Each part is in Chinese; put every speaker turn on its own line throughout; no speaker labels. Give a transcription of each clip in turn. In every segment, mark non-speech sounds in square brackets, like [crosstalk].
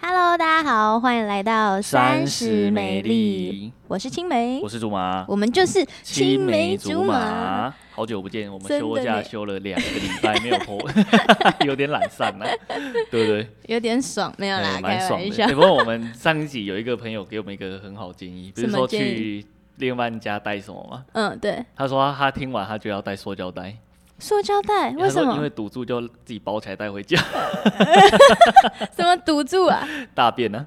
Hello，大家好，欢迎来到
三
十美
十美
丽
丽，
我是青梅
我，是竹马，
我们就是
青
梅
梅
竹马。
马，好久不见，我
真
们
的
休假
耶
休了两个礼拜没有
[laughs]
po，有点懒散了、对不对？
有点爽，没有啦，
哎
开
蛮爽
玩
的。
笑
哎。不过我们上一集有一个朋友给我们一个很好建议，不是
什么
说
建议
去另外一家带什么吗？
嗯，对，
他说他听完他就要带塑胶袋，
塑胶袋 [laughs] 为
他
什
说因为
么？
堵住就自己包起来带回家
[laughs] 什么堵住
[laughs]
啊？
大便呢、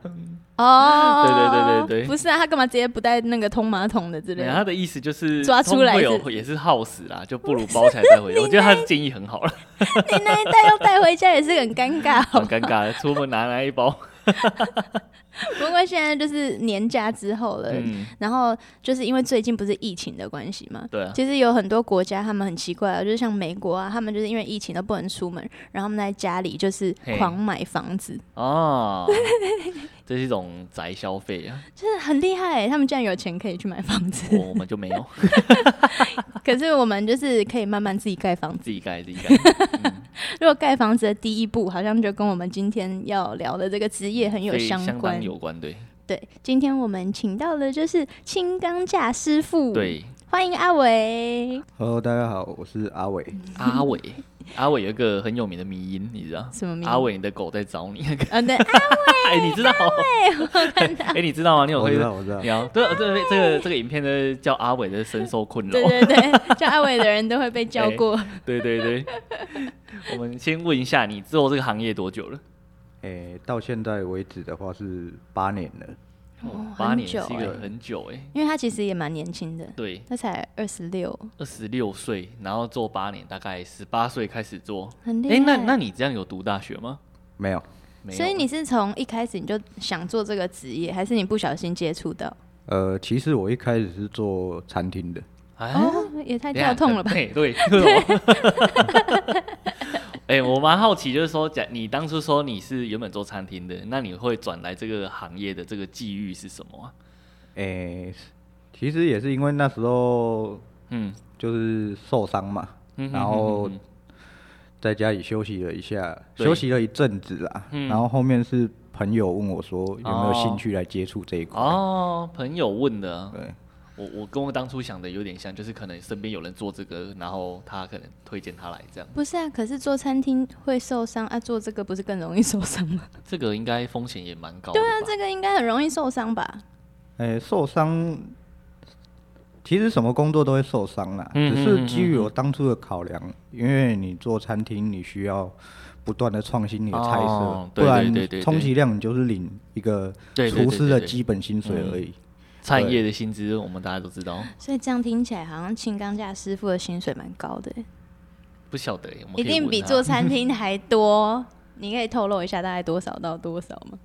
哦，
对对对对对
不是啊，他干嘛直接不带那个通马桶的之类
对，
的？
哎他的意思就是
抓出来
通会
是
有也是耗死啦，就不如包起来带回
[laughs]
家。我觉得他的建议很好了，
你那一袋要带回家也是很尴尬，哦好
[laughs] 很
吧
尴尬的，出门拿来
[laughs]
一包。
不过现在就是年假之后了，
嗯，
然后就是因为最近不是疫情的关系嘛，
对啊，
其实有很多国家他们很奇怪啊，就是像美国啊，他们就是因为疫情都不能出门，然后他们在家里就是
嘿
狂买房子，
哦，
[laughs]
这是一种宅消费啊，
就是很厉害欸、他们竟然有钱可以去买房子。 [laughs]
我我们就没有
可是我们就是可以慢慢自己盖房子。
自己盖自己
[laughs]
盖。
如果盖房子的第一步，好像就跟我们今天要聊的这个职业很有
所以
相
相
关
当。有关，对
对，今天我们请到的就是轻钢架师傅，，
对。
欢迎阿伟。
Hello，大家好，我是阿伟。
阿伟， [laughs] 阿伟有一个很有名的迷音，你知道？
什么名字？
阿伟，你的狗在找你， [laughs]
嗯、对，
哎，你知道？ [laughs] 哎，你知道吗？你有
我
会
知哦道，我知道
你。要对对这个这个影片呢叫阿伟的深受困扰
对，对 [laughs] 对，叫阿伟的人都会被叫过。
对对对。我们先问一下，你做这个行业多久了？
诶、到现在为止的话是八年了。
哦
八
很
年是
久
一个
欸
很久哎，
因为他其实也蛮年轻的，
对，
他才二十六，
二十六岁，然后做八年，大概十八岁开始做，
很厉害。
哎、那那你这样有读大学吗？
没有，
没有啊
所以你是从一开始你就想做这个职业，还是你不小心接触到？
呃，其实我一开始是做餐厅的，
啊，
哦，也太
等一
跳
下
痛了吧！
对对， [laughs] 对哦 [laughs] 哎、我蛮好奇，就是说，假你当初说你是原本做餐厅的，那你会转来这个行业的这个际遇是什么啊？
诶、其实也是因为那时候
嗯，
就是受伤嘛，
嗯
然后
嗯
在家里休息了一下，
对
休息了一阵子啦、
嗯
然后后面是朋友问我说有没有兴趣来接触这一块、 [laughs]
哦，朋友问的啊，
对，
我我跟我当初想的有点像，就是可能身边有人做这个，然后他可能推荐他来这样，
不是啊，可是做餐厅会受伤啊，做这个不是更容易受伤吗？
这个应该风险也蛮高的
对
吧。
啊，这个应该很容易受伤吧？
诶、受伤。其实什么工作都会受伤啦，
嗯
只
嗯嗯
是基于我当初的考量，因为你做餐厅，你需要不断的创新你的菜色，
哦
不然
对对对对
充其量你就是领一个
对对对
厨师的
对对嗯
基本薪水而已。
产业的薪资，我们大家都知道，
所以这样听起来，好像轻钢架师傅的薪水蛮高的欸，
不晓得、欸，我们可
一
以
定
问
比
他
做餐厅还多。你可以透露一下大概多少到多少吗？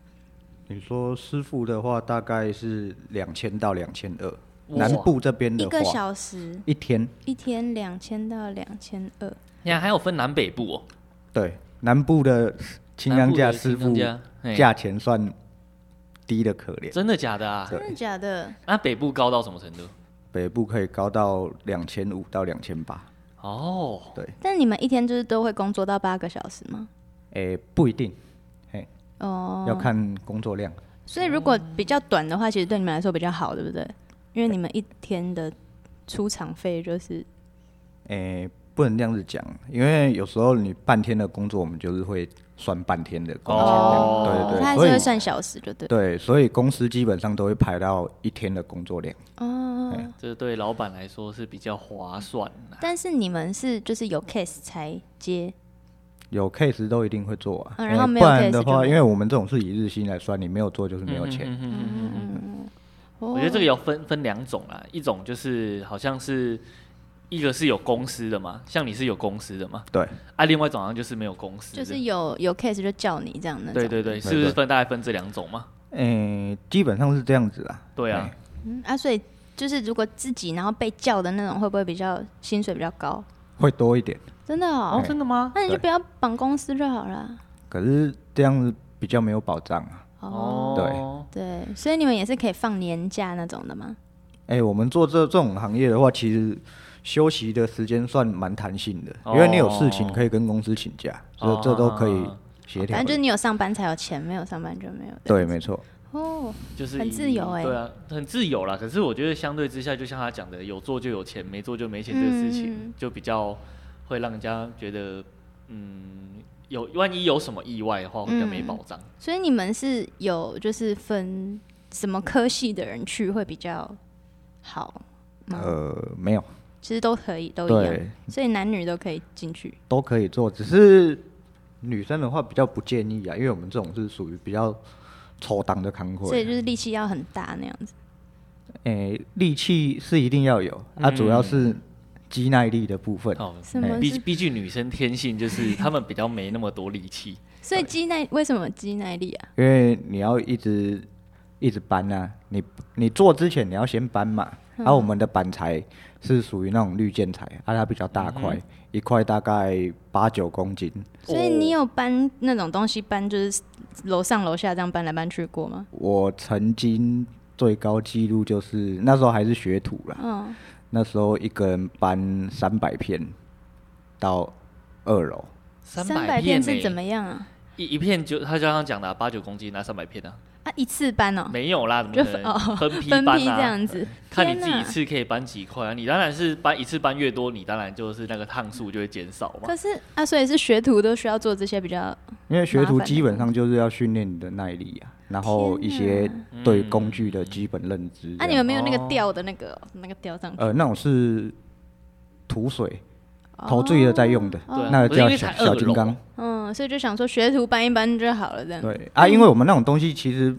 你说师傅的话，大概是两千到两千二，
哇
南部这边
一
的
个
话，
小时，
一天，
一天两千到两千二，
呀，还有分南北部哦，
对，南部的清
南
钢
部的
架师
青钢
傅
架嘿
价钱算低的可怜，
真的假的啊？
真的假的？
那北部高到什么程度？
北部可以高到两千五到两千八。
哦，
但你们一天就是都会工作到八个小时吗？
诶、不一定，嘿，
哦，
要看工作量。
所以如果比较短的话，其实对你们来说比较好，对不对？因为你们一天的出场费就是
诶、不能这样子讲，因为有时候你半天的工作，我们就是会算半天的工钱
哦
量，
他还
对
是会
对对，所以
算小时，就对。
对，所以公司基本上都会排到一天的工作量。
哦，
这对老板来说是比较划算啊的、
但是你们是就是有 case 才接，
有 case 都一定会做啊，
嗯然后
因
没
为
有
不然的
case 就
话，
没有
因为我们这种是以日薪来算，你没有做就是没有
嗯
钱。
我
我觉得这个要分分两种啦，一种就是好像是一个是有公司的嘛，像你是有公司的嘛，
对，
啊，另外一种好像就是没有公司
就
的，
是有有 case 就叫你这样的。
对对对，
错
是不是分大概分这两种嘛？
诶、基本上是这样子啊。
对啊，
嗯啊，所以就是如果自己然后被叫的那种，会不会比较薪水比较高？
会多一点，
真的哦
哦，，真的吗？
那你就
对
不要绑公司就好了。
可是这样子比较没有保障啊。
哦，
哦，
对，所以你们也是可以放年假那种的吗？
哎、我们做这这种行业的话，其实休息的时间算蛮弹性的，
哦
因为你有事情可以跟公司请假，所以这都可以协调
反正就是
的。
你有上班才有钱，没有上班就没有。
对，没错，
哦，
就是
很
以
自由欸
对啊，很自由啦。可是我觉得相对之下，就像他讲的，有做就有钱，没做就没钱，这个事情、
嗯
就比较会让人家觉得，嗯，有万一有什么意外的话，会比较没
嗯
保障。
所以你们是有就是分什么科系的人去会比较好吗？
呃，没有，
其实都可以，都一样，
对，
所以男女都可以进去。
都可以做，只是女生的话比较不建议啊，因为我们这种是属于比较抽档的康
所以
会，
就是力气要很大那样子。
诶、力气是一定要有，啊，主要是肌耐力的部分。
哦，
什么
毕
是？
毕竟女生天性就是她们比较没那么多力气，
所以肌耐为什么肌耐力啊？
因为你要一直一直搬啊，你你做之前你要先搬嘛。
嗯
而、我们的板材是属于那种绿建材，啊，它比较大
嗯
块，一块大概八九公斤。
[laughs] 所以
哦
你有搬那种东西搬，就是楼上楼下这样搬来搬去过吗？
我曾经最高纪录就是那时候还是学徒啦，
嗯，
那时候一个人搬三百片到二楼，
三
百
片
是
呢
怎么样啊？
一一片就他就刚刚讲的啊八、九公斤拿三百片啊，
啊，一次搬哦，
没有啦，怎
就
么可
哦
能分批
分
搬
批这
啊？
样子。
看你
天
自己一
哪
次可以搬几块啊，你当然是搬一次搬越多，你当然就是那个趟数就会减少嘛
可。是啊，所以是学徒都需要做这些比较啊
因为学
麻
徒
烦欸
基本上就是要训练你的耐力啊，然后一些对工具的基本认知。
啊，
这
你
样
们没有那
哦
个吊的那个、那个吊上去，
呃，那种是土水投醉了再用的，
对啊
那个
不是因
叫
为
小
才
小
二
金
楼
刚
啊。
嗯，所以就想说学徒搬一搬就好了，这样。
对啊，因为我们那种东西其实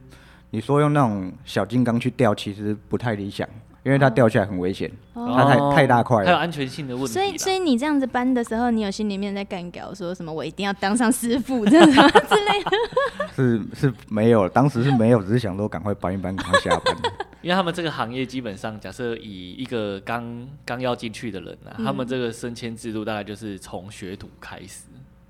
你说用那种小金刚去吊，其实不太理想，因为它吊起来很危险，它太
哦
太大块
还有
了。
安全性的问题
所
啦。
以，所以你这样子搬的时候，你有心里面在干搞，说什么我一定要当上师傅这样子吗之类的？
是是没有，当时是没有，只是想说赶快搬一搬，赶快下班。
因为他们这个行业基本上，假设以一个刚刚要进去的人啊，
嗯
他们这个升迁制度大概就是从学徒开始，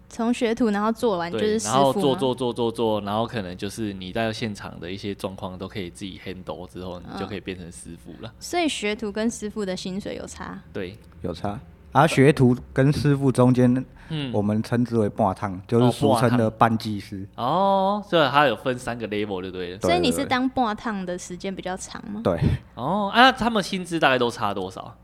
从学徒然后做完就
对，
是师
然
傅啊
后
吗
做做做做做，然后可能就是你在现场的一些状况都可以自己 handle 之后，
嗯
你就可以变成师傅了。
所以学徒跟师傅的薪水有差，
对，
有差。啊，学徒跟师傅中间，
嗯，
我们称之为半趟，就
哦
是俗
半
称
趟
的半技师。
哦，所以它有分三个 level 就对了。
对
所以你是
对
当半趟的时间比较长吗？
对，
哦，啊，他们薪资大概都差多少？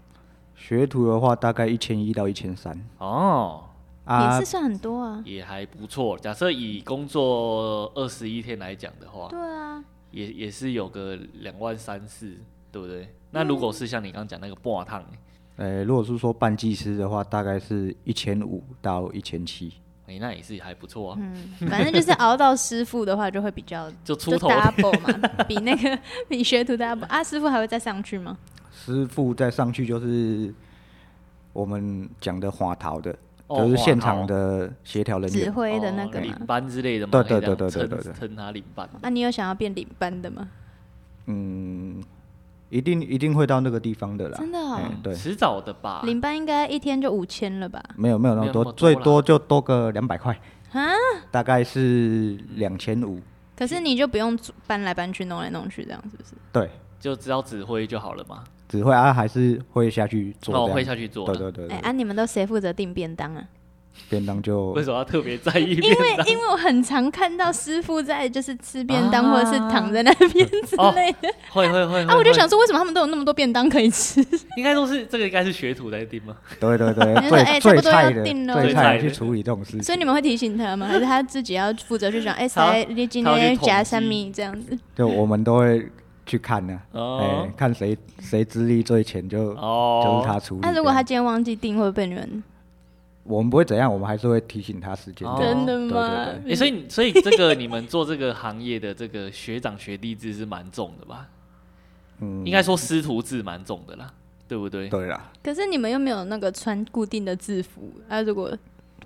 学徒的话大概一千一到一千三
哦，
啊
也是，算很多啊。
也还不错。假设以工作二十一天来讲的话，
对啊，
也也是有个两万三四，对不对？
嗯
那如果是像你刚刚讲那个半趟，
呃，如果是说半技师的话，大概是一千五到一千七。
哎、那也是还不错啊，
嗯，反正就是熬到师傅的话，就会比较就
就 [laughs] 出头
double
[laughs]
嘛，比那个比学徒 double 啊，师傅还会再上去吗？
师傅再上去就是我们讲的花桃的，
哦
就是现场
花桃
的协调人
指
员。
挥的那个
哦
吗
领？班之类的嘛，
对
可以
对
这样
对对对
称
对对
称他领班。
啊，你有想要变领班的吗？
嗯，一定一定会到那个地方的啦。
真的
嗯
哦
哎对，
迟早的吧。
领班应该一天就五千了吧？
没有没有那
没
么
有那么
多，
多
最
啦
多就多个两百块，
啊，
大概是两千五。
可是你就不用组搬来搬去、弄来弄去，这样是不是？
对，
就只要指挥就好了嘛，
只会啊，还是会下去做
那我
这样
哦会下去做
对
的。
对对
哎、
对，
啊，你们都谁负责订便当啊？
便当就
为什么要特别在意
[laughs] 因
便
为 [laughs]
当？
因为我很常看到师傅在就是吃便当、
啊
或者是躺在那边之类的，
会会会
啊，我就想
会
说为什么他们都有那么多便当可以
[laughs]
吃？
应该都是这个，应该是学徒在定吗？
对
[laughs]
对
你就
对，
说哎
最
差不
最
多
菜
要
的
定了
最菜的
最菜
去
的
处理这种事
所以
情。
你们会提醒他吗？还是他自己要负责去想？哎，谁你今
他要去
天
统计
夹三米这样子？
就我们都会去看呢，
哦
哎，看谁谁资历最浅就
哦
就是他处理
那、
这样。
如果他今天忘记订，会不会被你们？
我们不会怎样，我们还是会提醒他时间
哦。
这样
真的
对
吗
对对
哎、所以所以这个你们做这个行业的这个学长学弟制是蛮重的吧？
嗯
应该说师徒制蛮重的啦，对不对？
对啦，
可是你们又没有那个穿固定的制服，啊，如果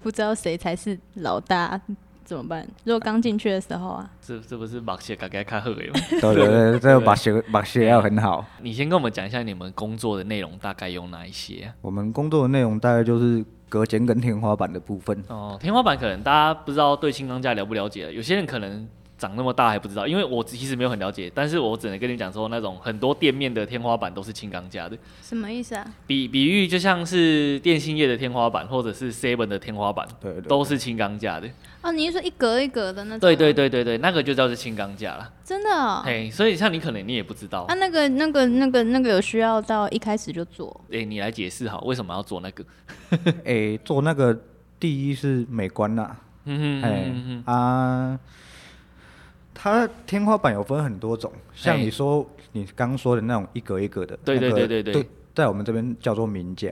不知道谁才是老大怎么办？如果刚进去的时候啊，
这这不是马歇嘎嘎看赫
[laughs]
耶吗？
对对
[laughs]
对，这个把学把学要很好。
你先跟我们讲一下你们工作的内容大概有哪一些啊、
我们工作的内容大概就是隔间跟天花板的部分。
哦，天花板可能大家不知道对轻钢架了不了解，有些人可能长那么大还不知道，因为我其实没有很了解，但是我只能跟你讲说，那种很多店面的天花板都是轻钢架的，
什么意思啊？
比比喻就像是电信业的天花板，或者是 Seven 的天花板，
对对
都是轻钢架的。
哦，你是说一格一格的那种？
对对，对对对，那个就叫做轻钢架了。
真的哦。
哎、所以像你可能你也不知道
啊，，那个、那个、那个、那个有需要到一开始就做，
哎、你来解释好为什么要做那个？
诶、哎做那个第一是美观啦、
嗯哼
哎、
嗯哼，
啊，它天花板有分很多种，像
嘿
你说你刚说的那种一格一格的，
哎对对
那个
对对对，
在我们这边叫做明架，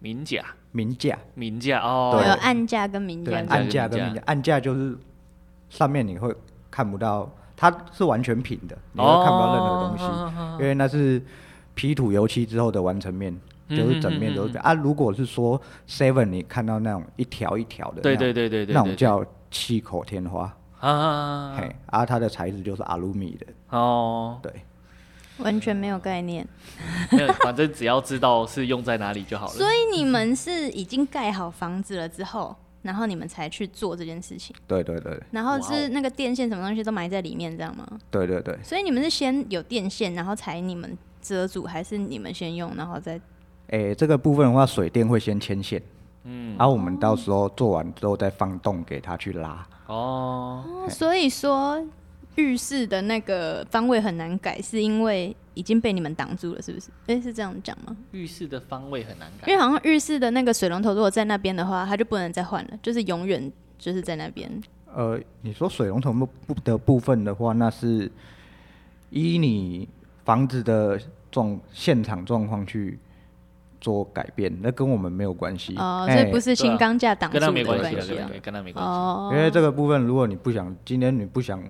明甲
明架，
明甲哦
对，
有暗价跟明
对，
价
暗
跟，
架
暗架跟
明
明
架
架，暗架就是上面你会看不到，它是完全平的，你会
哦
看不到任何东西，
嗯嗯
因为那是 P 土油漆之后的完成面。
嗯
就是整面都是、啊，如果是说 seven，你看到那种一条一条的那种，
对对对对对，
那
对
种叫气口天花，
啊啊，啊
嘿，啊，它的材质就是阿鲁米的，
啊哦，
对，
完全没有概念。
没有，反正只要知道是用在哪里就好了
所。以你们是已经盖好房子了之后，然后你们才去做这件事情，
对对对
然后
哇哦
是那个电线什么东西都埋在里面，这样吗？
对对对，
所以你们是先有电线，然后才你们遮住，还是你们先用，然后再？
诶、这个部分的话，水电会先牵线，嗯，然后、我们到时候做完之后再放洞给它去拉，
哦，
哦，所以说浴室的那个方位很难改，是因为已经被你们挡住了，是不是？哎、是这样讲吗？
浴室的方位很难
因
改
为好像浴室的那个水龙头如果在那边的话，它就不能再换了，就是永远就是在那边。
呃，你说水龙头部的部分的话，那是依你房子的状现场状况去做改变，那跟我们没有关系
哦，所以不
诶
是轻钢架挡住
跟他
的
没关哎系啊，
系
跟
啊
他。跟他没关系。
哦，
因为这个部分，如果你不想今天你不想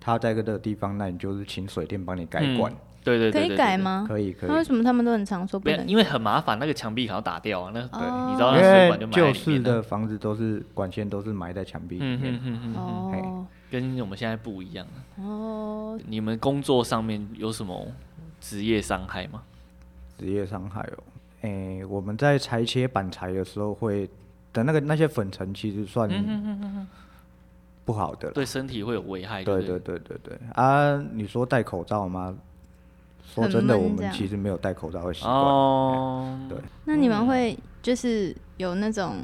它在这个地方，那你就是请水电帮你改管，
对
可
对对，对
以
对
改？吗？
可以可以
那。为什么他们都很常说不
没有，
能？
因为很麻烦，那个墙壁可能要打掉啊。那
哦
你知道那
因
水
为
管就埋在
旧
里
式
面了。
的房子都是管线都是埋在墙壁里
嗯
面
嗯，嗯嗯，
哦
跟我们现在不一样。
哦，
你们工作上面有什么职业伤害吗？
职业伤害哦。诶、我们在裁切板材的时候会的那个那些粉尘其实算
嗯
不好的啦。
对身体会有危害？
对
不对
对对对对啊！你说戴口罩吗？说
很
真的，
闷
我
这
们
样
其实没有戴口罩的习惯。
哦，
对
那你们
嗯
会就是有那种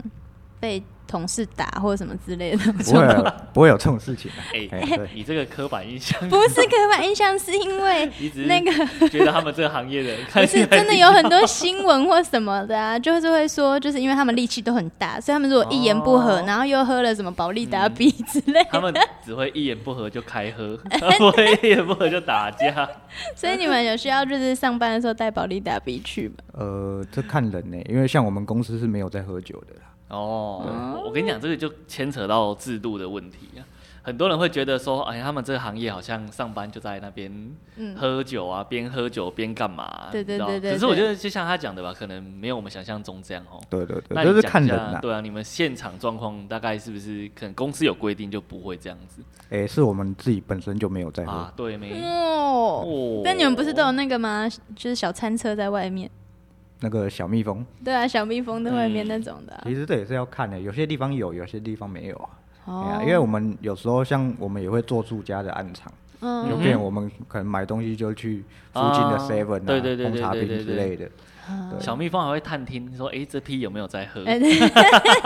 被同事打或者什么之类的那
不
种
会
吗？
有不会有这种事情的、
哦 [laughs] 哎
哎、对，
你这个刻板印象， [laughs]
不是刻板印象，是因为
你只
那个
是觉得他们这个行业的，
不
看起
是
来
真的有很多新闻或什么的啊，就是会说，就是因为他们力气都很大，所以他们如果一言不合，
哦
然后又喝了什么保利达 B 之类，
[laughs] 他们只会一言不合就开喝，不会一言不合就打架。
[laughs] 所以你们有需要就是上班的时候带保利达 B 去吗？
呃，这看人呢、因为像我们公司是没有在喝酒的啦。
哦，我我跟你讲，这个就牵扯到制度的问题啊。很多人会觉得说，哎，他们这个行业好像上班就在那边
嗯
喝酒啊，边喝酒边干嘛、
对
你知道
对对对
可是我觉得就像他讲的吧，可能没有我们想象中这样哦。
对对
那
对，
你
就是
讲
看
一
人
下
啦、
对啊，你们现场状况大概是不是？可能公司有规定就不会这样子
哎、是我们自己本身就没有在喝。
啊？对没？
哦，
哦
但你们不是都有那个吗？就是小餐车在外面，
那个小蜜蜂，
对啊，小蜜蜂在外面
嗯
那种的啊、
其实这也是要看的、有些地方有，有些地方没有啊。哎呀
哦，
因为我们有时候像我们也会做住家的暗场，
嗯
有
哼
变我们可能买东西就去附近的
啊
seven 啊、
对对对
红茶
对
冰
对
之
对
类的。
啊
小蜜蜂还会探听说，哎、这批有没有在喝？
哎对，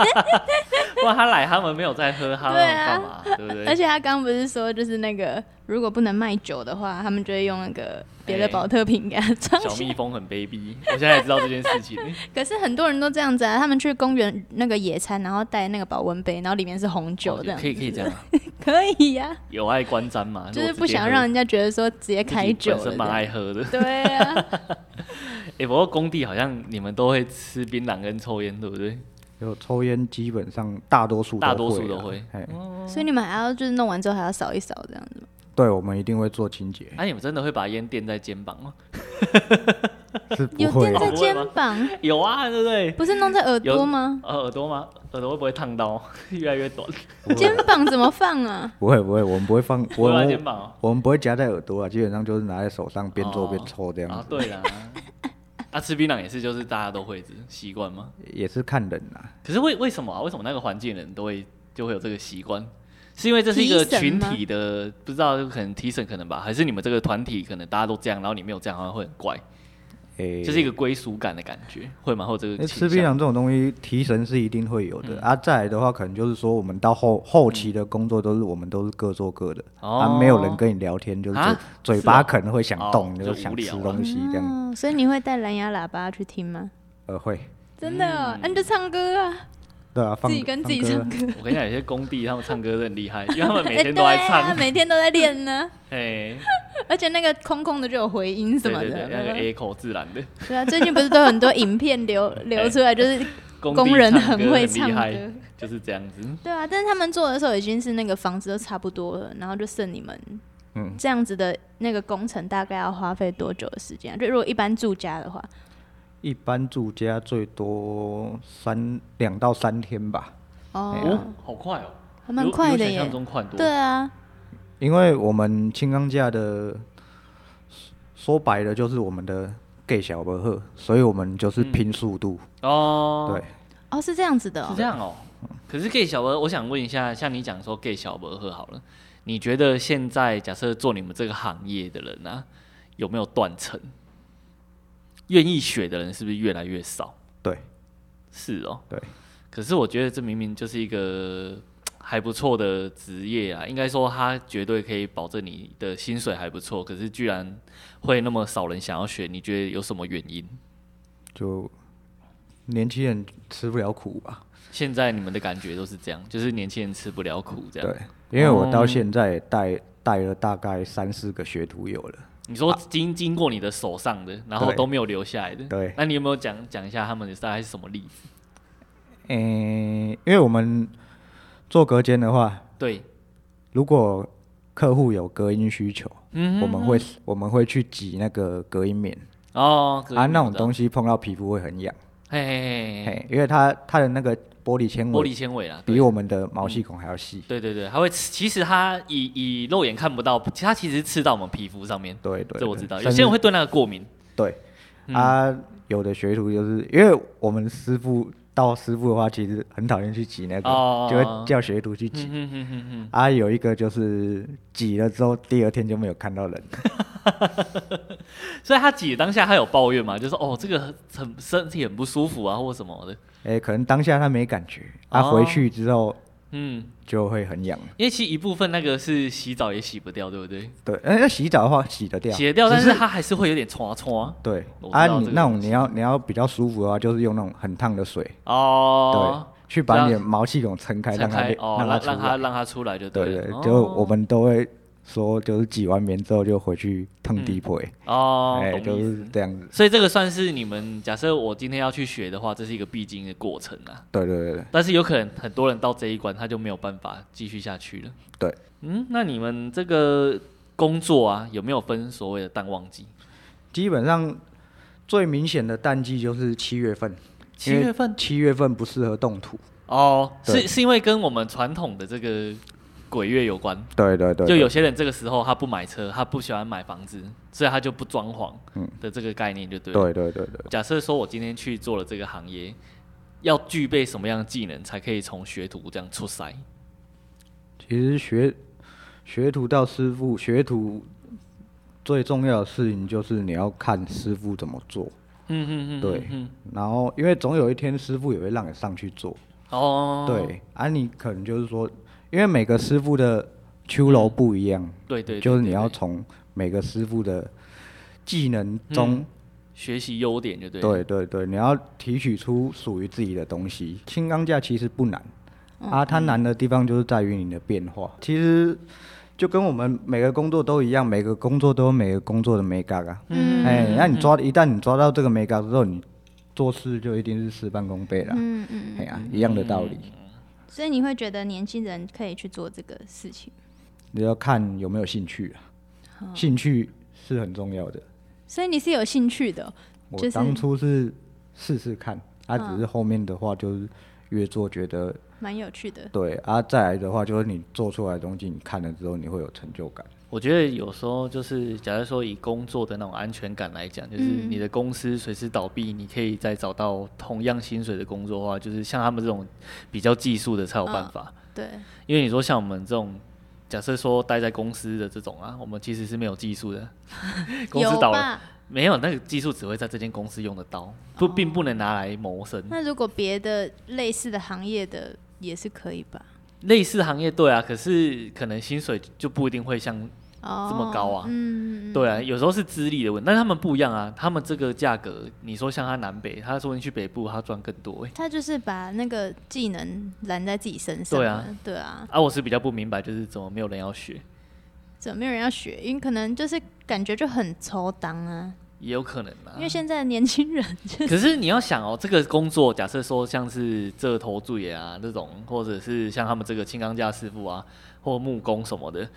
不然他来，他们没有在喝，他们
对啊
干嘛？对不对？
而且他刚刚不是说，就是那个如果不能卖酒的话，他们就会用那个别的
哎
保特瓶给他装
小
起来
蜜蜂很卑鄙，我现在才知道这件事情。
可是很多人都这样子啊，他们去公园那个野餐，然后带那个保温杯，然后里面是红 [laughs] 酒
哦
这样，
可以可以这样啊，
可以呀、
有爱观瞻嘛，
就
如
是
果直
不
接
想
喝
让人家觉得说直接开酒
自
了这
己本身蛮
样。
爱喝的。
对啊，
哎，不过工地好像你们都会吃槟榔跟抽烟，对不对？
有抽烟，基本上大多数
大多数
啊
都会嗯
嘿
所以你们还要就是弄完之后还要扫一扫这样子吗。
对，我们一定会做清洁，
哎，你们真的会把烟垫在肩膀吗？
是不
有
会
垫
啊
在
不会吗
肩膀，
有啊，对不对？
不是弄在耳朵吗？
呃，耳朵吗？耳朵会不会烫到？ [laughs] 越来越短，
不会
肩膀怎么放啊？
不会不会，我们不
[laughs]
会放，
不
我
会在肩
们
膀哦
我们不会夹在耳朵啊，基本上就是拿在手上边做
哦
边抽这样
啊
子，，
对啦。啊，吃槟榔也是，就是大家都会是习惯吗？
也是看人啊。
可是为为什么啊？为什么那个环境人都会就会有这个习惯？是因为这是一个
提审
群
吗
体的，不知道可能提审可能吧，还是你们这个团体可能大家都这样，然后你没有这样，好像会很怪，
诶、
就是一个归属感的感觉，会吗？或者这
那
个
哎吃
倾
槟
向？嗯
榔这种东西提神是一定会有的、啊。再来的话，可能就是说我们到后后期的工作都是我们都是各做各的，
哦
啊，没有人跟你聊天，就是
啊
嘴嘴
是
巴
哦
可能会想
哦
动，
就
就想
无
吃
聊了
东西这样。
哦，所以你会带蓝牙喇叭去听吗？
嗯
呃，会，
真的哦，那、你就唱歌啊，
对啊，放
自己跟自己
放歌
唱歌。
我跟你讲，有些工地他们唱歌都很厉害，因为他们 [laughs] 每天
[laughs] 对
都在唱，
啊，每天都在练呢、 [laughs]
哎，
而且那个空空的就有回音什
对
么的。
对对，那个 A 口自然的
对啊，最近不是都有很多影片
[laughs]
流流出来，就是工人
地唱歌
很会
厉
唱
害
歌，。
就是这样子。
对啊，但是他们做的时候已经是那个房子都差不多了，然后就剩你们，
嗯
这样子的那个工程大概要花费多久的时间啊、就如果一般住家的话，
一般住家最多三两到三天吧，
哦，
哦，好快哦，
还蛮
比我
快
比
的
我想
耶
象。中快多。
对啊，
因为我们青钢架的说说白了就是我们的 gay 小伯赫，所以我们就是拼速度，
嗯哦，
对，
哦是这样子的、哦，
是这样哦。可是 gay 小伯，我想问一下，像你讲说 gay 小伯喝好了，你觉得现在假设做你们这个行业的人啊，有没有断层？愿意学的人是不是越来越少？
对，
是哦，
对。
可是我觉得这明明就是一个还不错的职业啊，应该说他绝对可以保证你的薪水还不错。可是居然会那么少人想要学，你觉得有什么原因？
就年轻人吃不了苦吧，
现在你们的感觉都是这样，就是年轻人吃不了苦这样。
对，因为我到
哦
现在也带带了大概三四个学徒有了，
你说经经过你的手上的，然后
对
都没有留下来的，
对
那你有没有讲讲一下他们大概是什么例子？
诶、因为我们做隔间的话，
对，
如果客户有隔音需求，
嗯
我们会我们会去挤那个隔音棉
哦，
啊，那种
西，
东西碰到皮肤会很痒，
嘿嘿嘿嘿，
嘿，因为它它的那个玻璃纤
嗯玻
维
璃纤维啦，啊对
比我们的毛细孔还要细，
对对对，它会吃，其实它以以肉眼看不到，其实它其实刺到我们皮肤上面，
对对，
这我
对
知道，有
甚
些人
至
会对那个过敏，
对
嗯
啊，有的学徒就是因为我们师傅到师傅的话，其实很讨厌去挤那个，
哦
就会叫学徒去
嗯
挤。
哼哼哼哼，
啊，有一个就是挤了之后，第二天就没有看到人。 [laughs]
所以他挤当下他有抱怨嘛，就说哦这个很很身体很不舒服啊或什么的，
哎、可能当下他没感觉，啊，
哦
回去之后
嗯，
就会很痒。
因为其实一部分那个是洗澡也洗不掉，对不对？
对，哎、那洗澡的话洗得掉，
洗得掉，
只
但是它还是会有点搓啊搓。
对
我知
啊，
道
你
这个
那种
东西
你要你要比较舒服的话，就是用那种很烫的水，
哦，
对，去把
这
你
样
的毛细孔撑开，
撑
让它
开
变
哦，
它
让
出来
让它让它出来就
对
了。
对，
哦
就我们都会说，就是挤完棉之后就回去烫地婆，
嗯哦，
哎，
懂
就
意思。
是这样子。
所以这个算是你们假设我今天要去学的话，这是一个必经的过程啊。
对对对对
但是有可能很多人到这一关他就没有办法继续下去了。
对，
嗯，那你们这个工作啊，有没有分所谓的淡旺季？
基本上最明显的淡季就是七月份，
七月份
七月份不适合动土。
哦，
对
是是因为跟我们传统的这个鬼月有关。
对对对，
就有些人这个时候他不买车，他不喜欢买房子，所以他就不装潢的这个概念就对了。
对对对嗯对，
假设说我今天去做了这个行业，要具备什么样的技能才可以从学徒这样出塞？
其实学学徒到师傅，学徒最重要的事情就是你要看师傅怎么做，
嗯嗯嗯，
对
嗯，
然后因为总有一天师傅也会让你上去做，
哦，
对，啊，你可能就是说，因为每个师傅的秋楼不一样，
对嗯对，
就是
对
你要
对
从每个师傅的技能中，
学习优点就对。，
对对对，你要提取出属于自己的东西。轻钢架其实不难，
嗯
啊，它难的地方就是在于你的变化。其实就跟我们每个工作都一样，每个工作都有每个工作的美感啊。
嗯
哎，那你抓一旦你抓到这个美感之后，你做事就一定是事半功倍了。
嗯嗯，
哎呀，一样的道理，
所以你会觉得年轻人可以去做这个事情，
你要看有没有兴趣
嗯
啊，兴趣是很重要的。
所以你是有兴趣的哦、
我
就是嗯
当初是试试看，啊，只是后面的话就是越做觉得
蛮有趣的。
对啊，再来的话就是你做出来的东西，你看了之后你会有成就感。
我觉得有时候就是，假如说以工作的那种安全感来讲，就是你的公司随时倒闭，你可以再找到同样薪水的工作的话，就是像他们这种比较技术的才有办法。
对，
因为你说像我们这种，假设说待在公司的这种啊，我们其实是没有技术的，公司
有
倒了
吧？
没有那个技术只会在这间公司用得到，不并不能拿来谋生。
那如果别的类似的行业的也是可以吧？
类似行业对啊，可是可能薪水就不一定会像
哦，
这么高啊
嗯，嗯，
对啊，有时候是资历的问题，但是他们不一样啊，他们这个价格，你说像他南北，他说你去北部他赚更多、欸，
他就是把那个技能揽在自己身上
对
了，
啊
对啊，
啊，我是比较不明白，就是怎么没有人要学，
怎么没有人要学？因为可能就是感觉就很抽当啊，
也有可能啊，
因为现在的年轻人
[laughs]
就是
可是你要想哦，这个工作，假设说像是这头助也啊这种，或者是像他们这个青钢架师傅啊，或木工什么的，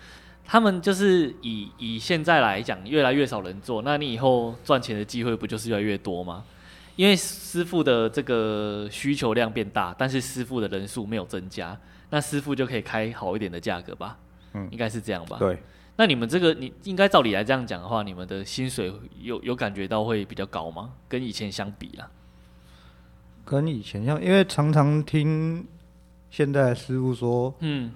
他们就是以以现在来讲，越来越少人做，那你以后赚钱的机会不就是越来越多吗？因为师傅的这个需求量变大，但是师傅的人数没有增加，那师傅就可以开好一点的价格吧？
嗯
应该是这样吧？
对，
那你们这个，你应该照理来这样讲的话，你们的薪水有有感觉到会比较高吗？跟以前相比啊啦？
跟以前像，因为常常听现在的师傅说，
嗯，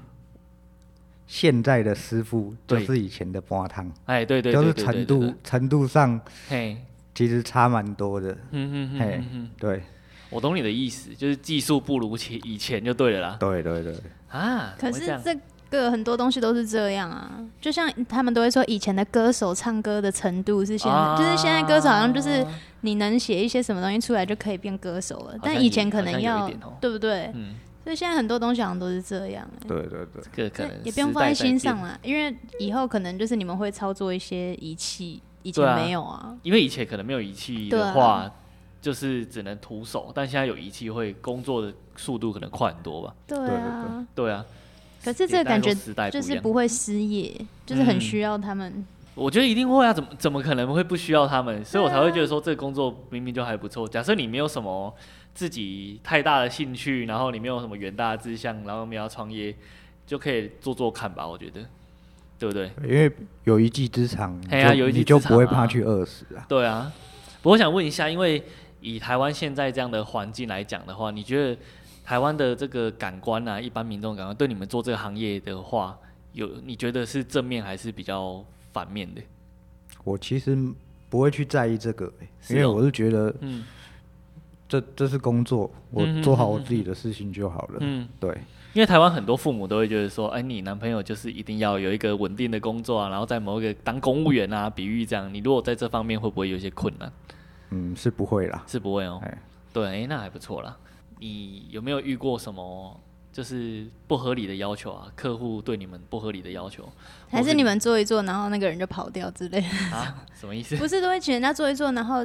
现在的师傅就
对
是以前的煲汤，
哎，对对
就
对
是
对
程，
对对
度
对
程度上
嘿，
其实差蛮多的，
嗯嗯
嘿
嗯嗯，
对
我懂你的意思，就是技术不如前以前就对了啦。
对对对，
嗯
啊，
可
怎么会这
是
样
这个很多东西都是这样啊，就像他们都会说，以前的歌手唱歌的程度是现在，
啊
就是现在歌手好像就是你能写一些什么东西出来就可以变歌手了，但以前可能
好像
要
有一点哦，
对不对？
嗯，
所以现在很多东西好像都是这样、欸。
对对对，
这个可能
也不用
时
放在
代
心上
变，
啦，因为以后可能就是你们会操作一些仪器，以
对
前
啊
没有啊。
因为以前可能没有仪器
对
的
啊
话，就是只能徒手，但现在有仪器会工作的速度可能快很多吧？
对
对
啊，
对啊，
可是这个感觉
时代不
就
一
是
样，
不会失业，就是很
嗯
需要他们。
我觉得一定会啊，怎么怎么可能会不需要他们？所以我才会觉得说这个工作明明就还不错。假设你没有什么自己太大的兴趣，然后你没有什么远大的志向，然后没有要创业，就可以做做看吧。我觉得，对不对？
因为有一技之长，
嘿啊
你就
有一技
你就
之
不会
长啊
怕去饿死啊。
对啊。不过我想问一下，因为以台湾现在这样的环境来讲的话，你觉得台湾的这个感官啊，一般民众感官对你们做这个行业的话，有你觉得是正面还是比较反面的？
我其实不会去在意这个、欸
是
因为
哦
我是觉得
嗯
这这是工作，我
嗯哼
做好
嗯
我
哼
自己的事情就好了。
嗯。
对，
因为台湾很多父母都会觉得说，哎，你男朋友就是一定要有一个稳定的工作啊，然后在某一个当公务员啊，比喻这样。你如果在这方面会不会有一些困难？
嗯，是不会啦。
是不会哦。
哎
对，哎，那还不错啦。你有没有遇过什么就是不合理的要求啊？客户对你们不合理的要求，
还是你们做一做，然后那个人就跑掉之类的？ [laughs]
啊？什么意思？ [laughs]
不是都会请人家做一做，然后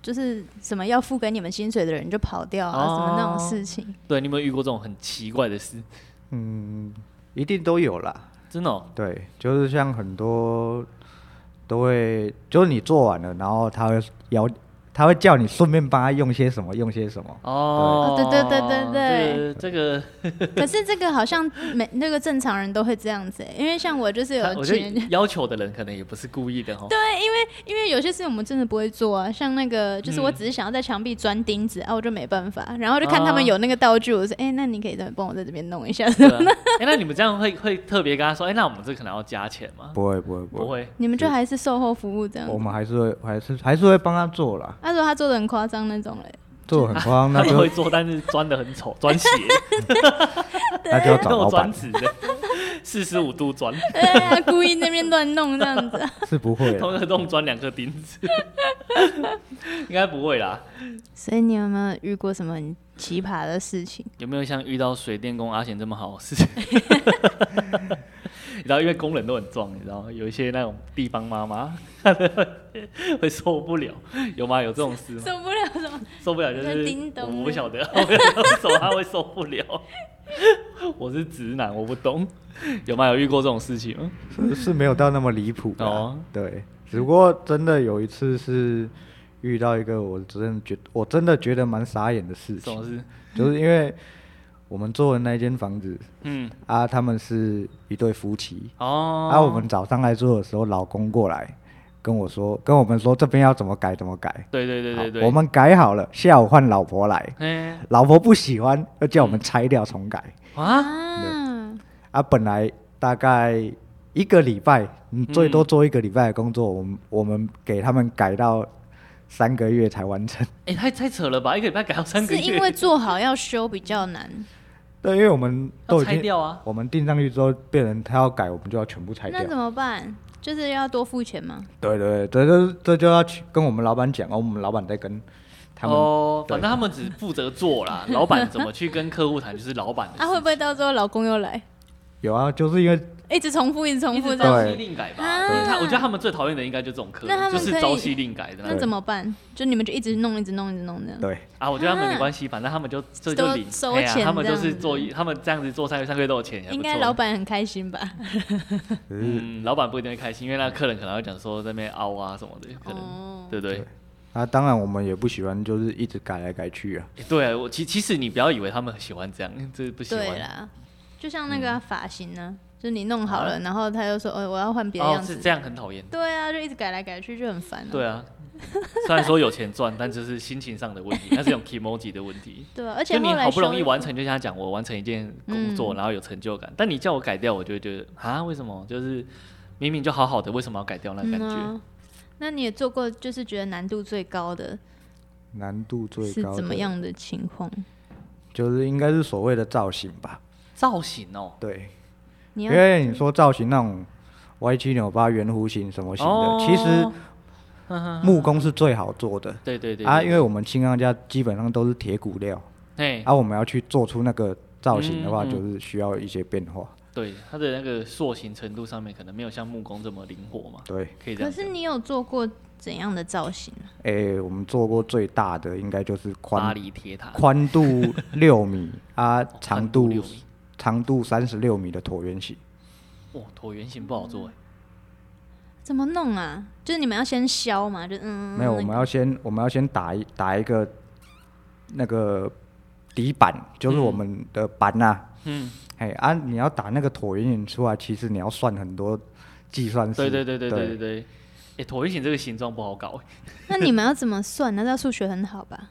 就是什么要付给你们薪水的人就跑掉啊，什么那种
哦
事情。
对，你有没有遇过这种很奇怪的事？
嗯，一定都有啦。
真的、哦？
对，就是像很多都会，就是你做完了，然后他会要，他会叫你顺便帮他用些什么，用些什么。
哦，
对对对对对
对，这个
可是这个好像每那个正常人都会这样子、欸，因为像我就是
他
有
我
请
觉
人家
得要求的人可能也不是故意的哦。
对，因为因为有些事情我们真的不会做啊，像那个就是我
嗯
只是想要在墙壁钻钉子、啊，我就没办法，然后就看他们有那个道具，我说哎、那你可以再帮我在这边弄一下。
[laughs] 对啊，哎、那你们这样会会特别跟他说，哎、那我们这可能要加钱吗？
不会，不会，
不
会。
会，
你们就还是售后服务这样
我。们还是会，还是还是会帮他做啦，
他说他做的很夸张那种嘞，
做得很夸张，
他
那
们 [laughs]
就
会做，但是钻的很
[laughs]
丑，钻斜，
那就要找
跟我
老
钻
板，
直的，四十五度钻，
对啊，故意那边乱弄这样子，
是不会啦。
同一个洞钻两颗钉子， [laughs] 应该不会啦。
所以你有没有遇过什么很奇葩的事情？
有没有像遇到水电工阿贤这么好的
[laughs]
事？你知道，因为工人都很壮，你知道，有一些那种地方妈妈会受不了，有吗？有这种事吗？
受不了什么？
受不了就
就是叮咚
我不
的
晓得，我不晓得为什么他会受不了。 [laughs] 我是直男，我不懂，有吗？有遇过这种事情吗？
是是没有到那么离谱的啊、
哦
对，只不过真的有一次是遇到一个我真的觉我真的觉得蛮傻眼的事
这种
情，
事，
就是因为我们做的那间房子
嗯，
啊，他们是一对夫妻，啊
哦，
啊，我们早上来做的时候，老公过来，跟我说，跟我们说这边要怎么改怎么改。
对对对对
好
对，
我们改好了，下午换老婆来，
哎
老婆不喜欢，要叫我
嗯
们拆掉重改。
啊，
啊，
啊，本来大概一个礼拜，你最多做一个礼拜的工作，我们我们给他们改到三个月才完成。
哎，太太扯了吧，一个礼拜改到三个
是
月，
因为做好要修比较难，
对，因为我们都
要
已
拆
经，
掉啊，
我们定上去之后，变成他要改，我们就要全部拆掉
那。怎么办？就是要多付钱吗？
对对对，这就这就要去跟我们老板讲，哦，我们老板在跟他们，
哦，
对
反正他们只负责做
[laughs]
啦，老板怎么去跟客户谈就是老板的事
啊，会不会到时候老公又来，
有啊，就是因为
一直重复，一直重
一
复
直
这样？
朝
对
夕令改吧，
啊
就是他我觉得他们最讨厌的应该就这种客
那他
人，就
们
是
可以
朝夕令改的那
那
种
怎么办？就你们就一直弄，一直弄，一直弄这样。
对
啊。我觉得他们没
啊
关系，反正他们就这
都
就领，
收
哎呀
钱
他们
这
就
样
是
子
做一，他们这样子做三个月三个月都有钱，也不
应该
错啊
老板很开心吧？
嗯，老板不一定会开心，因为那客人可能会讲说在那边凹啊什么的，可
嗯
能、
哦，
对不对？
啊，当然我们也不喜欢，就是一直改来改去啊。
欸对啊，我其其实你不要以为他们很喜欢这样，这不喜欢。
对啦，就像那
嗯
个啊发型呢，就是你弄好了，然后他又说，哦，我要换别的
啊哦
样，
是
子。
这样很讨厌。
对啊，就一直改来改去，就很烦啊。
对啊，虽然说有钱赚，但就是心情上的问题，那是一种 emoji 的问题。
对啊，而且
就你
后来嗯
好不容易
修
完成，就像他讲我完成一件工作，然后有成就感，但你叫我改掉，我就会觉得啊，为什么？就是明明就好好的，为什么要改掉那感
嗯
觉？
啊那你也做过，就是觉得难度最高的
难度最
是
高
怎么
的
样的情况？
就是应该是所谓的造型吧，
造型哦，
对，
你
因
要
为你说造型那种歪七扭八、圆弧形什么型的，
哦嗯
其实木工是最好做的
对对对
啊，因
为
为我们青钢架基本上都是铁骨料，
哎，
啊，我们要去做出那个造型的话，
嗯嗯
就是需要一些变化。
对它的那个塑形程度上面，可能没有像木工这么灵活嘛，
对，
可以这
可
样
是
讲。
你有做过怎样的造型啊？
诶、我们做过最大的应该就是
巴
宽
黎铁塔
宽度六米
[laughs]
啊，长
哦宽度
度
六米
长度三十六米的椭圆形。
哇，椭圆形不好
嗯
做哎，
怎么弄啊？就是你们要先削嘛，就嗯，
没有，
那
我们要先我们要先打一打一个那个底板，就是我们的板呐、
嗯，
嘿啊，你要打那个椭圆形出来，其实你要算很多计算式。
哎对对对对对对
对
对，哎，椭圆形这个形状不好搞哎，
那你们要怎么算？那道数学很好吧？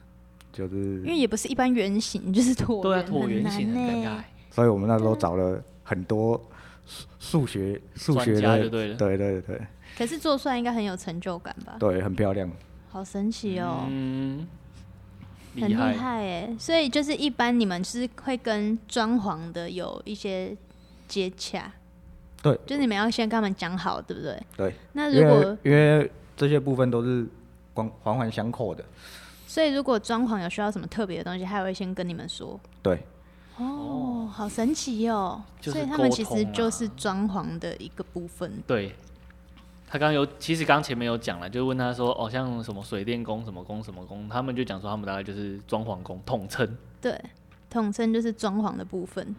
就
因
是，
为也不是一般圆形， [laughs] 就是椭
对啊，
圆，
椭圆
难
形很尴尬
呢。
欸，
所以我们那时候找了很多数数学数学
专家
的，
就对了啊
对对对
可是做出来应该很有成就感吧？
对，很漂亮。
好神奇哦，
嗯，
很厉
厉害。
害哎！所以就是一般你们是会跟装潢的有一些接洽，
对
就是你们要先跟他们讲好，对不对？
对，
那
因
如
为
果
因为这些部分都是光环环相扣的。
所以如果装潢有需要什么特别的东西，他会先跟你们说。
对，
哦，好神奇哦！
就是
所以他们
沟
其
通
实
啊
就是装潢的一个部分。
对，他刚刚有，其实刚刚前面有讲了，就问他说，哦，像什么水电工、什么工、什么工，他们就讲说他们大概就是装潢工统称。
对，统称就是装潢的部分。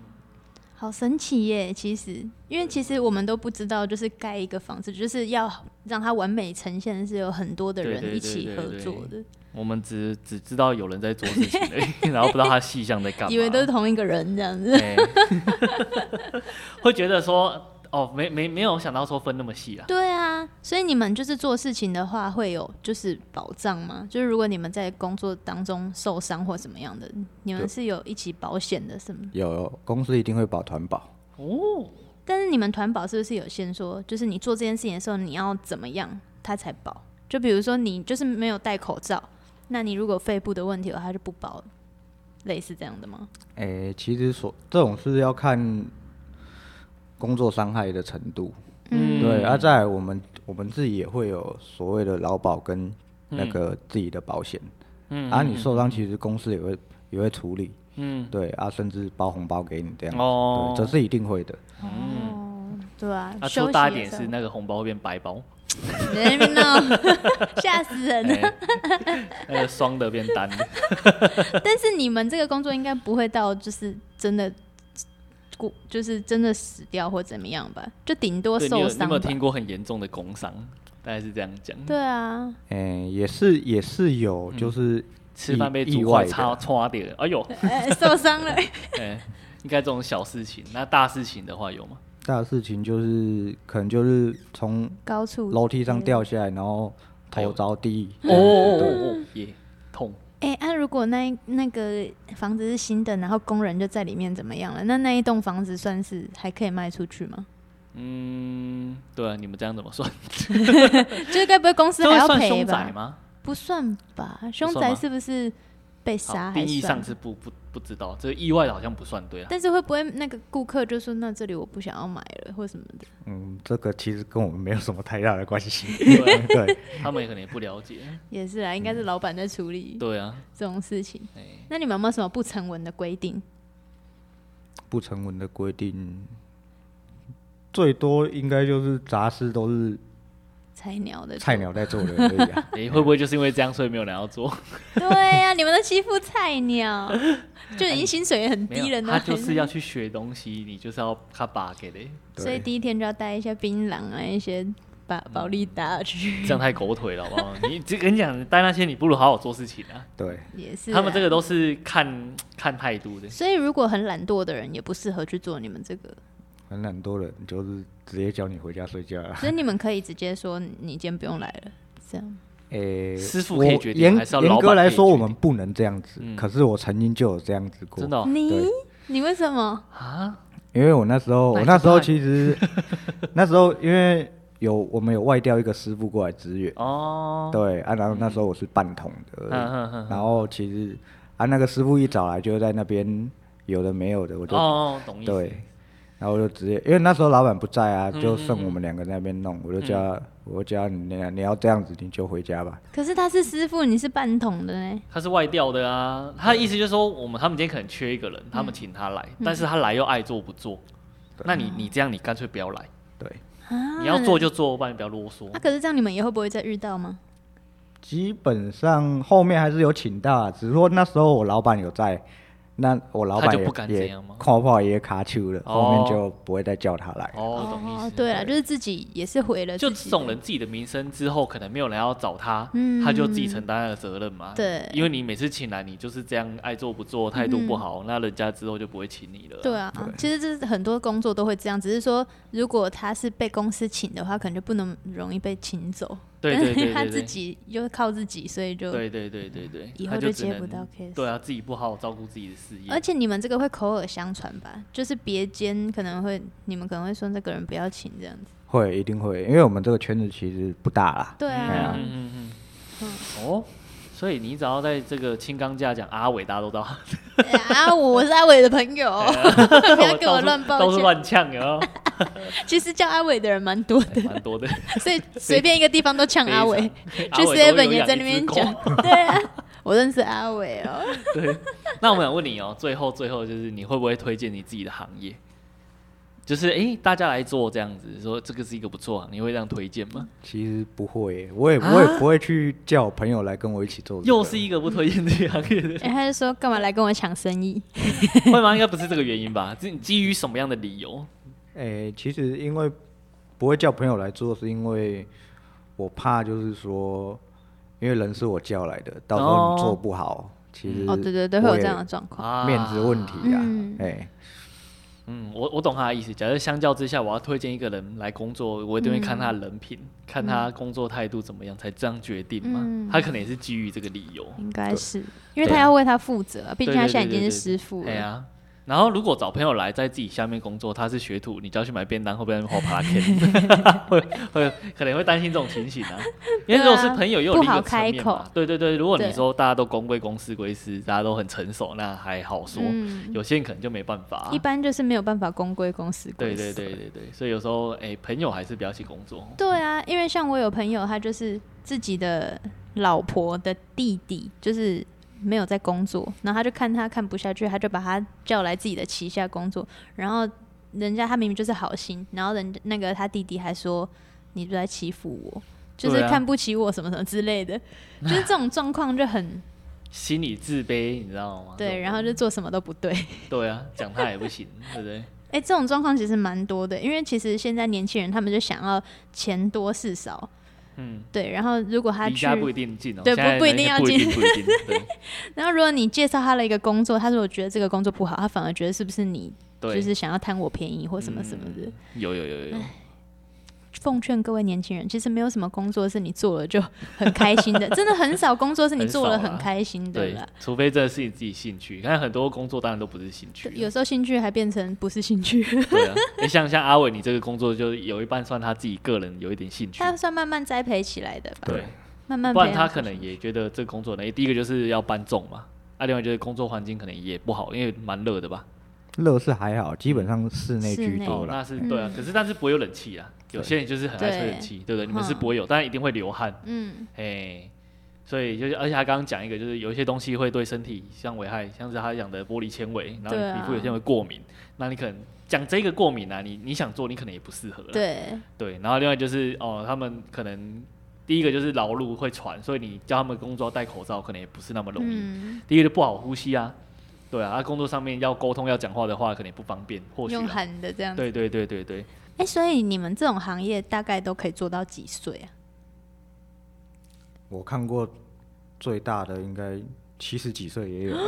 好神奇耶！其实，因为其实我们都不知道，就是盖一个房子，就是要让它完美呈现，是有很多的
对对
人一
对
起
对
合
对
作的，
我们只只知道有人在做事情而已， [laughs] 然后不知道他细项在干嘛。
以为都是同一个人这样
[laughs]
子。
哎会觉得说，哦，没没没有想到说分那么细啊。
对啊，所以你们就是做事情的话，会有就是保障吗？就是如果你们在工作当中受伤或怎么样的，你们
对
是有一起保险的什么？
有公司一定会保团保。
哦，
但是你们团保是不是有先说，就是你做这件事情的时候，你要怎么样，他才保？就比如说你就是没有戴口罩，那你如果肺部的问题的话，他就不保，类似这样的吗？
诶、其实所这种是要看工作伤害的程度，
嗯
对。啊，再来我们我们自己也会有所谓的劳保跟那个自己的保险，
嗯
啊，你受伤其实公司也会也会处理，
嗯，
对啊，甚至包红包给你这样，
哦
对，这是一定会的。
哦，对啊，
啊，
休
说
息
大一
的
点
时
是
候
那个红包变白包，
你在那边
[laughs]
闹，吓死人了。
哎那个双的变
[laughs]
单的。
但是你们这个工作应该不会到就是真的过，就是真的死掉或怎么样吧？就顶多
对，你有
受
你有
伤
没有
吧。
听过很严重的工伤？大概是这样讲。
对啊，
诶、也是也是
嗯
有，就是
吃饭被
意
煮
外
坏，
的
擦擦点，哎呦， [laughs]
[laughs] 哎受伤了。
哎，应该这种小事情。那大事情的话有吗？
大的事情就是可能就是从
高处
楼梯上掉下来，然后头着地。
哦哦哦哦，也痛。
哎，那、如果那一那个房子是新的，然后工人就在里面怎么样了？那那一栋房子算是还可以卖出去
[laughs]
吗？
嗯，对啊，你们这样怎么算？
就是该不会公司
这
还
会
要
算
赔
凶宅
吧？
吗？
不算吧，凶
算
宅
吗
是不是被
好
杀还
定义上
算？
是不不不知道，这个意外的好像不算对啊。
[laughs] 但是会不会那个顾客就说那这里我不想要买了或什么的？
嗯，这个其实跟我们没有什么太大的关系。 [laughs]
对啊
对，
[laughs] 他们可能也不了解。
也是啊，应该是老板在处理
嗯对啊，
这种事情。
哎、
那你们有没有什么不成文的规定？
不成文的规定，最多应该就是杂事都是
菜鸟的
菜鸟在做的而
[laughs]
已啊。
哎、会不会就是因为这样，所以没有人要做？
对呀、你们都欺负菜鸟，
[laughs]
就已经薪水也很
没
低了
有，
呢。
他就是要去学东西，你就是要他把给的，
所以
对
第一天就要带一些槟榔啊，一些保保利达去，
嗯这样太狗腿了，好不好？你这跟你讲，带那些你不如好好做事情啊。
对，
[laughs] 也是啊。
他们这个都是看看态度的，
所以如果很懒惰的人，也不适合去做你们这个。
很很多人就是直接叫你回家睡觉啊。
所以你们可以直接说你今天不用来了，这样。
[laughs]
诶、
师傅
我
可以决定
严
还是要
严
老板
格来
可以
说，
决
我们不能这样子。
嗯
可是我曾经就有这样子过，
真的、哦、
你
对
你为什么？
啊？
因为我那时候，
买
我
个
那时候
菜
其实那时候因为有我们有外调一个师傅过来支援，
哦，
对啊，然后那时候我是半桶的
嗯
而已，
嗯嗯嗯，
然后其实啊那个师傅一找来就在那边有的没有的，我就、
哦，懂意思。
对，然后我就直接因为那时候老板不在啊，
嗯
就剩我们两个在那边弄，我就叫他我就叫他你你要这样子你就回家吧，
可是他是师傅，你是半桶的呢。
他是外调的啊，他的意思就是说，我们他们今天可能缺一个人，他们请他来，
嗯
但是他来又爱做不做，那你你这样你干脆不要来，
对，
啊，
你要做就做，不然你不要啰嗦
那、。啊可是这样，你们以后不会再遇到吗？
基本上后面还是有请到啊，只是说那时候我老板有在，那我老板
他就
也
不敢这
也
样吗
跨跑也卡丘了，
哦
后面就不会再叫他来。
哦，懂意思。
对了，就是自己也是毁了自
就
己的，
这种人自己的名声之后，可能没有人要找他，
嗯
他就自己承担他的责任嘛。
对
因为你每次请来，你就是这样爱做不做，态度不好，那人家之后就不会请你了。
嗯对，啊，其实这是很多工作都会这样，只是说如果他是被公司请的话，可能就不能容易被请走。
对
[laughs] 但
对对
是他
对
自
对，
己又靠自己，所以就
对对对对对，
以
他
后
就
就
只
接
能
不到 case。
对啊，自己不好好照顾自己的事业。
而且你们这个会口耳相传吧？就是别间可能会，你们可能会说那个人不要请这样
嗯
子。
会一定会，因为我们这个圈子其实不大啦。
对
嗯
啊，
嗯嗯嗯，哦，所以你只要在这个青钢架讲阿伟，大家都知道，
[laughs] 哎啊，我是阿伟的朋友， [laughs]
哎
[laughs]
[laughs]
不要给我乱
到
报
处
歉。
乱呛，有没
其实叫阿伟的人蛮
[laughs]
多的
有，蛮多
[laughs]
的。
所以随便一个地方都呛阿伟。
非常，
去
阿伟都
Seven
有
也
养
在
一
那
只
边
狗 [laughs]
讲。，对啊，我认识阿伟哦。
对，那我们想问你哦，最后最后就是你会不会推荐你自己的行业？就是哎、诶大家来做这样子，说这个是一个不错、啊，你会这样推荐吗？
其实不会，我也我也不会去叫我朋友来跟我一起做
啊
这个、
又是一个不推荐这个行业的人，
[laughs]
哎、他就说干嘛来跟我抢生意？
会吗？应该不是这个原因吧？这你基于什么样的理由？
诶、其实因为不会叫朋友来做，是因为我怕就是说，因为人是我叫来的，到时候
哦
你做不好，其实
哦，对对对，会有
我也
这样的状况。
啊
面子问题啊，
嗯
哎、
嗯，我我懂他的意思。假设相较之下，我要推荐一个人来工作，我一定会看他的人品，看他工作态度怎么样，才这样决定嘛。
嗯
他可能也是基于这个理由。
应该是，因为他要为他负责啊，毕竟他现在已经是师傅
对
了。
啊。然后如果找朋友来在自己下面工作，他是学徒，你叫他去买便当，会不会后爬天？ [laughs] 会会可能会担心这种情形啊。因为如果是朋友，又有另一
不好
个
开
层面嘛
口。
对对对，如果你
对
说大家都公归公，私归私，大家都很成熟，那还好说。
嗯，
有些人可能就没办法啊、
一般就是没有办法公归公，私
对
归
对
私。
对对对，所以有时候哎、朋友还是不要去工作。
对啊，因为像我有朋友，他就是自己的老婆的弟弟，就是没有在工作，然后他就看他看不下去，他就把他叫来自己的旗下工作，然后人家他明明就是好心，然后人那个他弟弟还说你就在欺负我，就是
对啊
看不起我什么什么之
[laughs]
类的，就是这种状况就很
心理自卑，你知道吗？
对，然后就做什么都不对。
对啊，讲他也不行，对不对？
哎、这种状况其实蛮多的，因为其实现在年轻人他们就想要钱多事少，
嗯，
对。然后如果他
离
去，
家不一定近哦，
对
现在
不不一定要
不一
近
定，不一定，对，
[laughs] 然后如果你介绍他了一个工作，他如果觉得这个工作不好，他反而觉得是不是你
对嗯
就是想要贪我便宜或什么什么的。
有有有有有，
奉劝各位年轻人，其实没有什么工作是你做了就很开心的，真的很少工作是你做了
很少啦啊
很开心的
对
啦。，
除非这是你自己兴趣，但很多工作当然都不是啊兴趣
对
了。
有时候兴趣还变成不是兴
[laughs]
趣，
对啊，诶像像阿伟，你这个工作就是有一半算他自己个人有一点兴趣，
他算慢慢栽培起来的吧，
对，
慢慢
不然
培
他
养
可能也觉得这个工作呢，第一个就是要搬重嘛，啊，另外就是工作环境可能也不好，因为蛮热的吧。
热是还好，基本上室内
室
居
内
多
哦，
啦。
那是对啊，可是但是不会有冷气啊，有些人就是很爱吹冷气，对不对？你们是不会有，但一定会流汗，
嗯，
哎，所以就是，而且他刚刚讲一个，就是有一些东西会对身体像危害，像是他讲的玻璃纤维，然后
对啊
你皮肤有些人会过敏，那你可能讲这个过敏啊，你你想做，你可能也不适合啦。
对，
对，然后另外就是哦，他们可能第一个就是劳碌会喘，所以你叫他们工作戴口罩，可能也不是那么容易。
嗯，
第一个就不好呼吸啊，对啊，啊工作上面要沟通要讲话的话，可能也不方便，或许
用
啦。
喊的这样子。
对对对对对，
哎、所以你们这种行业大概都可以做到几岁啊？
我看过最大的应该七十几岁也有，
啊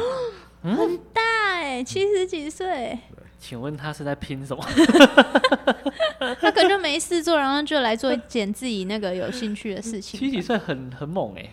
哎、七十几岁，
请问他是在
[laughs]
拼什么？ [laughs]
他可能就没事做，然后就来做一件自己那个有兴趣的事情吧。
七十岁很很猛哎、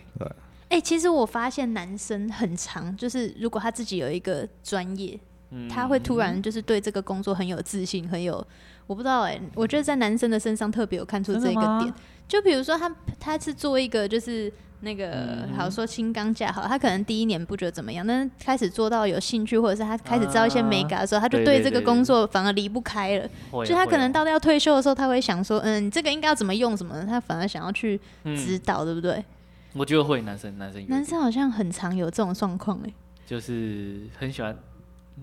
哎、其实我发现男生很长，就是如果他自己有一个专业，
嗯
他会突然就是对这个工作很有自信，很有我不知道哎、我觉得在男生的身上特别有看出这一
真的
个
吗
点。就比如说他他是做一个就是那
嗯
个、好说轻钢架好，他可能第一年不觉得怎么样，但是开始做到有兴趣，或者是他开始知道一些
啊
美感的时候，他就
对
对这
对
个
对
工作反而离不开了。
会啊
就他可能
会啊
到要退休的时候，他会想说，嗯，这个应该要怎么用什么的，他反而想要去指导，对不对？
嗯我觉得会男生男生有一点
男生好像很常有这种状况哎。
就是很喜欢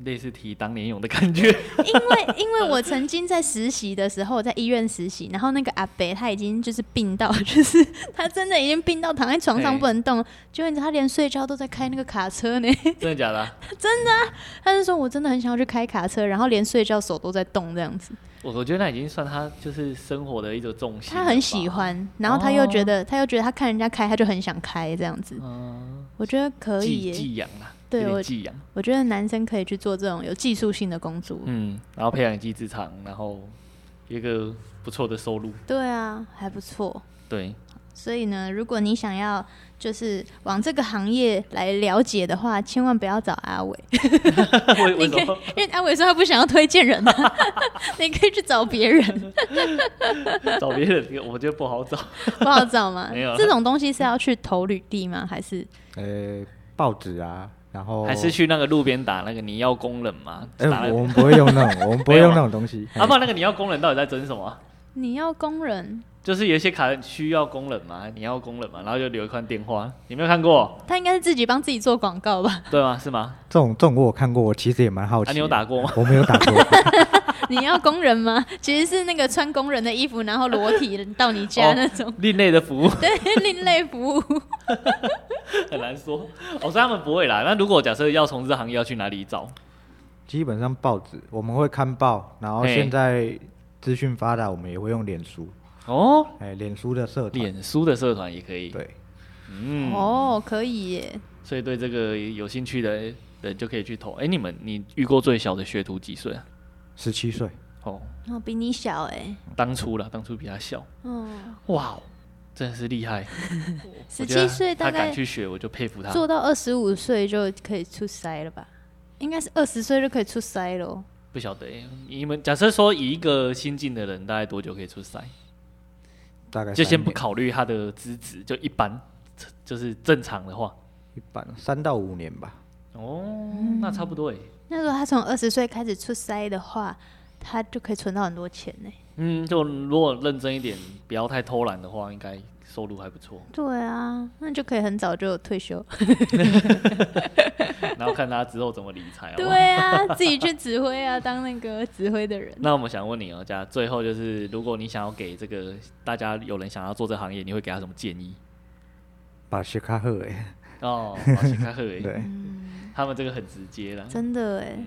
类似提当年勇的感
[laughs]
觉，
因
[laughs]
为因为我曾经在实习的时候，我在医院实习，然后那个阿伯他已经就是病到，就是 [laughs] 他真的已经病到躺在床上
嘿
不能动，结果你知道他连睡觉都在开那个卡车呢。 [laughs]
真的假的啊、
他就说我真的很想要去开卡车，然后连睡觉手都在动这样子，
我我觉得那已经算他就是生活的一种重心。
他很喜，欢，然后他又觉得、他又觉得他看人家开，他就很想开这样子。
嗯，
我觉得可以
寄
耶，
寄养啊，
对
有
我
点寄养。
我觉得男生可以去做这种有技术性的工作。
嗯，然后培养一技之长，然后有一个不错的收入。
对啊，还不错。 [laughs]
对，
所以呢，如果你想要就是往这个行业来了解的话，千万不要找阿伟，
为为
你可
什
以
么？
因为阿伟说他不想要推荐人、
[laughs]
啊，你可以去找别人，
找别人？我觉得不好找。
不好找吗
没有？
这种东西是要去投履历吗？还是
呃，报纸啊，然后
还是去那个路边打那个你要工人吗？
哎、
打那个
我们不会用那种，我们不会用那种
[laughs]
东西。
啊阿爸、不然那个你要工人到底在争什么啊？
你要工人？
就是有一些卡需要工人嘛，你要工人嘛，然后就留一串电话，你没有看过
他应该是自己帮自己做广告
[laughs]
吧？
对吗？是吗？
这种这种我有看过，我其实也蛮好奇、
啊，你有打？过吗？
我没有打过，
[laughs]
你要工人吗？其实是那个穿工人的衣服，然后裸体到你家
哦
那种， [laughs]
另类的服务
对，另类服务。
很难说，我、哦、说他们不会啦。那如果假设要从事这行业，要去哪里找？
基本上报纸我们会看报，然后
嘿
现在资讯发达，我们也会用脸书，
哦，
哎、脸书的社团，
脸书的社团也可以。
对，
嗯，
哦，可以耶，
所以对这个有兴趣的人就可以去投。哎、你们你遇过最小的学徒几岁啊？
十七岁，
哦，
哦，比你小哎，
当初了，当初比他小。
嗯，
哇哦，真的是厉害！
十
我觉
七
得
岁
他
大概
敢去学，我就佩服他。
做到二十五岁就可以出塞了吧？应该是二十岁就可以出塞喽。
不晓得欸你们假设说以一个新进的人，大概多久可以出赛？
大概
就先
三
不
年
考虑他的资质，就一般，就是正常的话。
一般三到五年吧。
哦，那差不多哎。
那如果他从二十岁开始出塞的话，他就可以存到很多钱欸呢、
嗯，就如果认真一点，不要太偷懒的话，应该收入还不 [laughs] 错。
对啊，那就可以很早就退休。
然后看他之后怎么理财。好不好
对啊，自己去指挥啊，当那个指挥的人。
那我们想问你哦，家最后就是，如果你想要给这个大家有人想要做这行业，你会给他什么建议？
把雪卡赫哎，
[laughs] 哦，好请看贺
对，
他们这个很直接啦。
真的哎、
嗯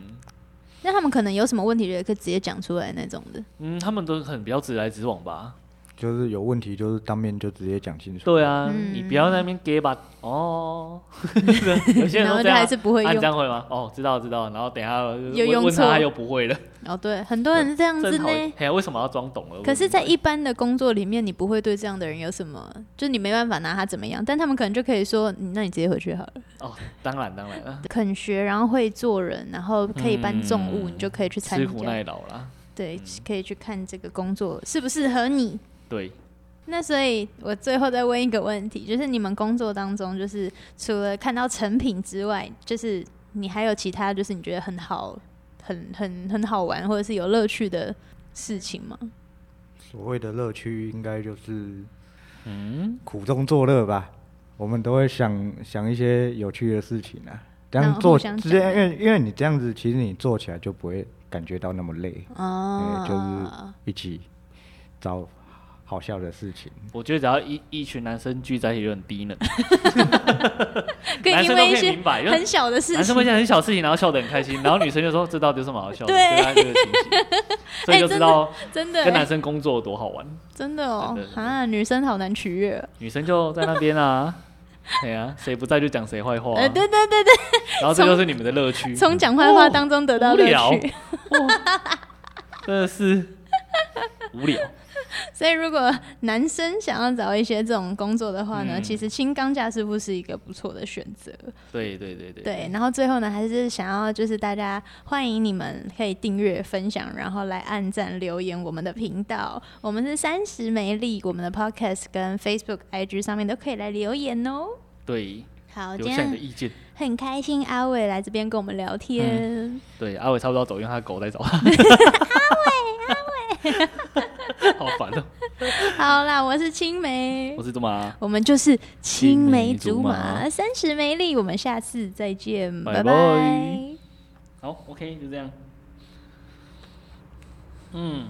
那他们可能有什么问题也可以直接讲出来那种的。
嗯，他们都很比较直来直往吧。
就是有问题就是当面就直接讲清楚。
对，啊，
嗯
你不要在那边给吧哦，有些人
然后
都
他
这样
还
啊，
是不会
啊你这
用。
样会吗？哦，知道知道，然后等一下
有
问
用
问他
错
他又不会了，
哦，对，很多人是这样子
真
呢
讨。厌。哎呀，为什么要装懂了？
可是，在一般的工作里面，你不会对这样的人有什么，就你没办法拿他怎么样。但他们可能就可以说，嗯那你直接回去好了。
哦，当然当然了，
肯学，然后会做人，然后可以搬重物，
嗯
你就可以去参
吃苦
加。
耐嗯劳啦，
对，可以去看这个工作适不适合你。
对，
那所以，我最后再问一个问题，就是你们工作当中，就是除了看到成品之外，就是你还有其他，就是你觉得很好、很很很好玩，或者是有乐趣的事情吗？
所谓的乐趣应该就是
嗯，
苦中作乐吧。我们都会想想一些有趣的事情啊，这
然
样
后
做，
互
这
相
样
讲
因为因为你这样子，其实你做起来就不会感觉到那么累，
哦
哎，
啊
就是一起找好笑的事情。
我觉得只要一一群男生聚在一起就很低能，
可以
男
因
生都
为一
可以
些
明白，就是
很小的事
男生会
情，
讲很小事情，然后笑得很开心，然后女生就说这到底有什么好笑的？
对
就大概这个情形，所以就知道
真
跟男
的
生工作多好玩。
真的哦
真的真的
啊，女生好难取悦哦。
女生就在那边啊，对啊，谁不在就讲谁坏话啊、
呃，对对对对，
[laughs] 然后这就是你们的乐趣，
从讲坏话当中得到
嗯无
乐
聊，
趣。
哇真的是无聊。
[laughs] 所以，如果男生想要找一些这种工作的话呢，
嗯
其实轻钢架师傅是一个不错的选择。
对对对对
对，然后最后呢，还是想要就是大家欢迎你们可以订阅、分享，然后来按赞、留言我们的频道。我们是三十美丽，我们的 Podcast 跟 Facebook、IG 上面都可以来留言哦。
对，
好，今
留下你的
天
意见。
很开心阿伟来这边跟我们聊天。
对，阿伟差不多要走，因为他的
[laughs]
狗 [laughs] 在走。阿伟，阿伟，好烦哦！
好啦，我是青梅
我，是杜马，
我们就是青梅竹
青梅竹
马，三十美丽。我们下次再见，
拜
拜
拜
拜
好，OK，就这样。嗯。